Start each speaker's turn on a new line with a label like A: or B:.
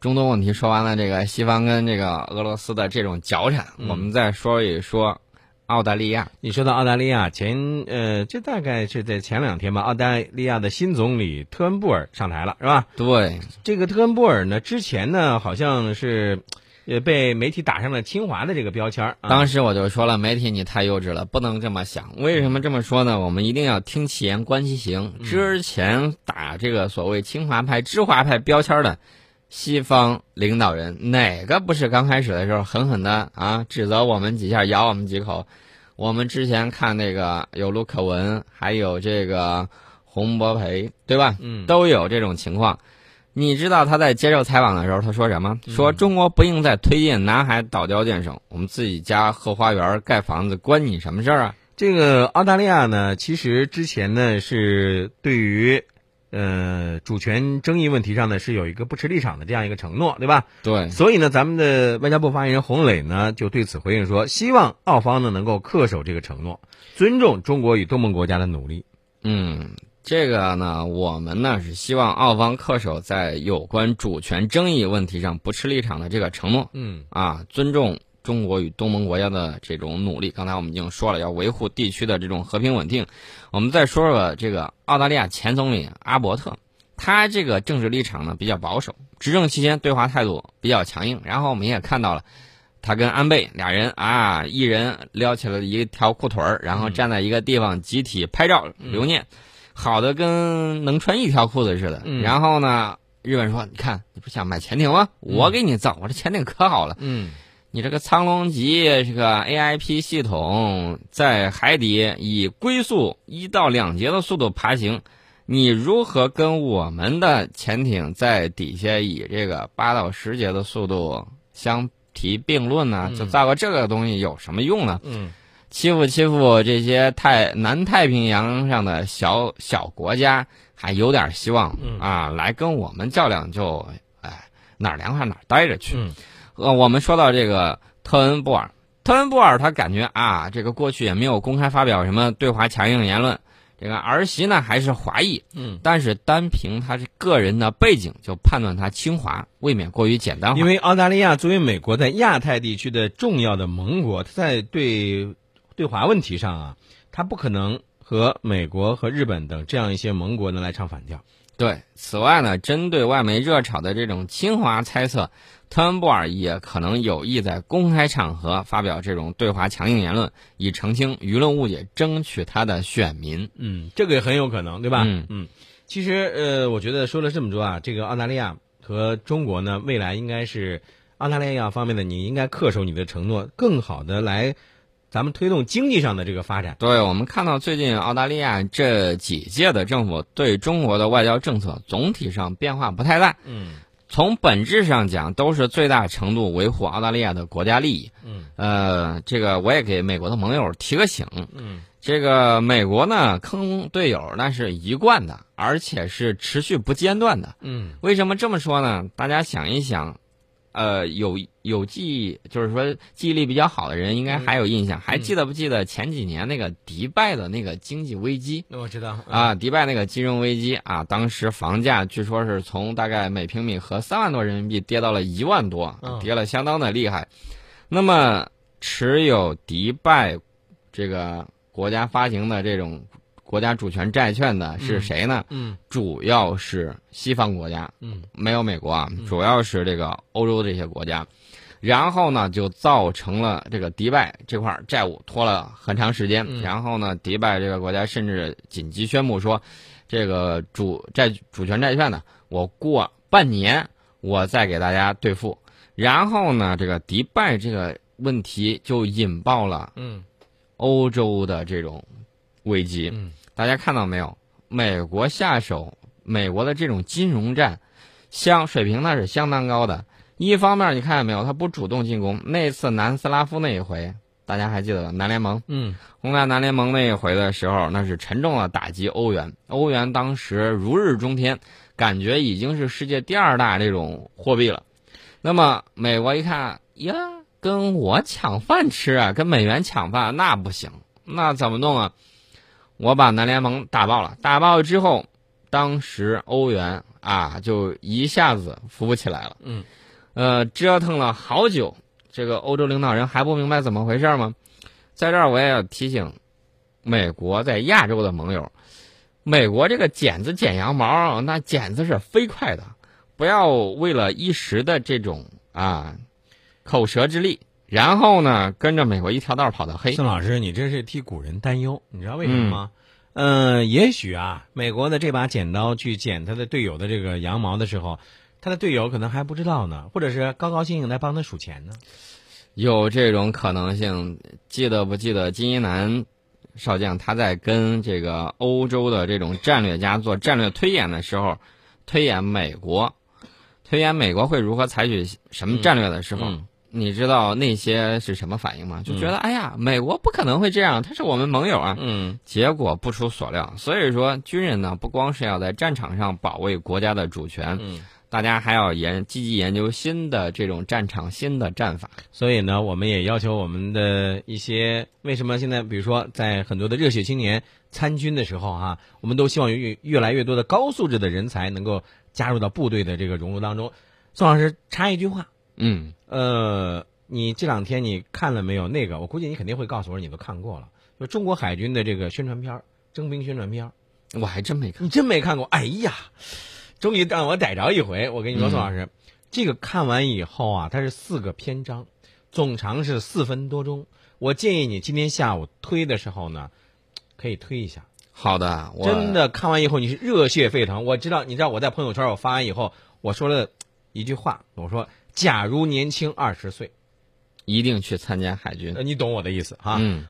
A: 中东问题说完了，这个西方跟这个俄罗斯的这种矫缠，
B: 嗯
A: 我们再说一说澳大利亚。
B: 你说到澳大利亚前呃，这大概是在前两天吧，澳大利亚的新总理特恩布尔上台了，是吧？
A: 对，
B: 这个特恩布尔呢，之前呢好像是，呃，被媒体打上了侵华的这个标签儿啊。
A: 当时我就说了，媒体你太幼稚了，不能这么想。为什么这么说呢？我们一定要听其言观其行。之前打这个所谓清华派、知华派标签的西方领导人，哪个不是刚开始的时候狠狠的啊指责我们几下，咬我们几口？我们之前看那个有陆可文，还有这个洪博培，对吧？
B: 嗯，
A: 都有这种情况。你知道他在接受采访的时候他说什么？说中国不应再推进南海岛礁建设，我们自己家后花园盖房子关你什么事儿啊？
B: 这个澳大利亚呢，其实之前呢是对于，呃，主权争议问题上呢是有一个不持立场的这样一个承诺，对吧？
A: 对，
B: 所以呢，咱们的外交部发言人洪磊呢就对此回应说，希望澳方呢能够恪守这个承诺，尊重中国与东盟国家的努力。
A: 嗯，这个呢，我们呢是希望澳方恪守在有关主权争议问题上不持立场的这个承诺
B: 嗯
A: 啊，尊重中国与东盟国家的这种努力。刚才我们已经说了，要维护地区的这种和平稳定。我们再说说这个澳大利亚前总理阿伯特，他这个政治立场呢比较保守，执政期间对华态度比较强硬。然后我们也看到了，他跟安倍俩人啊，一人撩起了一条裤腿儿，然后站在一个地方集体拍照留念，好的跟能穿一条裤子似的。
B: 嗯
A: 然后呢，日本说：“你看，你不想买潜艇吗？我给你造，我这潜艇可好了。”
B: 嗯
A: 你这个苍龙级这个 AIP 系统在海底以龟速一到两节的速度爬行，你如何跟我们的潜艇在底下以这个八到十节的速度相提并论呢？就造个这个东西有什么用呢？
B: 嗯
A: 欺负欺负这些太南太平洋上的小小国家还有点希望
B: 嗯
A: 啊，来跟我们较量就哎哪儿凉快哪儿待着去。
B: 嗯
A: 呃，我们说到这个特恩布尔，特恩布尔他感觉啊，这个过去也没有公开发表什么对华强硬言论。这个儿媳呢还是华裔，
B: 嗯，
A: 但是单凭他这个人的背景就判断他侵华，未免过于简单化。
B: 因为澳大利亚作为美国在亚太地区的重要的盟国，它在对对华问题上啊，它不可能和美国和日本等这样一些盟国呢来唱反调。
A: 对，此外呢，针对外媒热炒的这种侵华猜测，特恩布尔也可能有意在公开场合发表这种对华强硬言论，以澄清舆论误解，争取他的选民。
B: 嗯，这个也很有可能，对吧？
A: 嗯
B: 其实呃，我觉得说了这么多啊，这个澳大利亚和中国呢，未来应该是澳大利亚方面呢，你应该恪守你的承诺，更好的来咱们推动经济上的这个发展。
A: 对，我们看到最近澳大利亚这几届的政府对中国的外交政策总体上变化不太大，
B: 嗯
A: 从本质上讲都是最大程度维护澳大利亚的国家利益。
B: 嗯，
A: 呃，这个我也给美国的盟友提个醒，
B: 嗯，
A: 这个美国呢坑队友那是一贯的，而且是持续不间断的。
B: 嗯
A: 为什么这么说呢？大家想一想，呃，有有记，就是说记忆力比较好的人，应该还有印象。还记得不记得前几年那个迪拜的那个经济危机
B: 那我知道。
A: 啊？迪拜那个金融危机啊，当时房价据说是从大概每平米合三万多人民币跌到了一万多
B: 嗯，
A: 跌了相当的厉害。那么持有迪拜这个国家发行的这种国家主权债券的是谁呢？
B: 嗯
A: 主要是西方国家，
B: 嗯，
A: 没有美国啊，主要是这个欧洲这些国家。然后呢，就造成了这个迪拜这块债务拖了很长时间。
B: 嗯
A: 然后呢，迪拜这个国家甚至紧急宣布说，这个主债主权债券呢，我过半年我再给大家兑付。然后呢，这个迪拜这个问题就引爆了
B: 嗯
A: 欧洲的这种危机。
B: 嗯
A: 大家看到没有？美国下手，美国的这种金融战，相水平那是相当高的。一方面，你看见没有，他不主动进攻。那次南斯拉夫那一回，大家还记得吧？南联盟
B: 嗯
A: 轰炸南联盟那一回的时候，那是沉重的打击欧元。欧元当时如日中天，感觉已经是世界第二大这种货币了。那么美国一看，呀，跟我抢饭吃啊，跟美元抢饭那不行，那怎么弄啊？我把南联盟打爆了，打爆之后，当时欧元啊，就一下子扶不起来了。
B: 嗯，
A: 呃，折腾了好久，这个欧洲领导人还不明白怎么回事吗？在这儿我也要提醒美国在亚洲的盟友，美国这个剪子剪羊毛，那剪子是飞快的，不要为了一时的这种啊口舌之力，然后呢跟着美国一条道儿跑到黑。
B: 宋老师，你这是替古人担忧，你知道为什么吗？嗯、呃，也许啊，美国的这把剪刀去剪他的队友的这个羊毛的时候，他的队友可能还不知道呢，或者是高高兴兴来帮他数钱呢。
A: 有这种可能性。记得不记得金一南少将他在跟这个欧洲的这种战略家做战略推演的时候，推演美国，推演美国会如何采取什么战略的时候，
B: 嗯
A: 你知道那些是什么反应吗？就觉得、哎呀，美国不可能会这样，他是我们盟友啊。
B: 嗯，
A: 结果不出所料，所以说军人呢，不光是要在战场上保卫国家的主权，
B: 嗯
A: 大家还要研积极研究新的这种战场、新的战法。
B: 所以呢，我们也要求我们的一些为什么现在，比如说在很多的热血青年参军的时候啊，我们都希望有越越来越多的高素质的人才能够加入到部队的这个熔炉当中。宋老师插一句话，
A: 嗯，
B: 呃，你这两天你看了没有？那个，我估计你肯定会告诉我，你都看过了。就中国海军的这个宣传片儿征兵宣传片儿
A: 我还真没看。
B: 你真没看过？哎呀，终于让我逮着一回。我跟你说，
A: 嗯
B: 宋老师，这个看完以后啊，它是四个篇章，总长是四分多钟。我建议你今天下午推的时候呢，可以推一下。
A: 好的，我
B: 真的看完以后你是热血沸腾。我知道，你知道我在朋友圈我发完以后，我说了一句话，我说：假如年轻二十岁，
A: 一定去参加海军。
B: 呃你懂我的意思哈、
A: 嗯。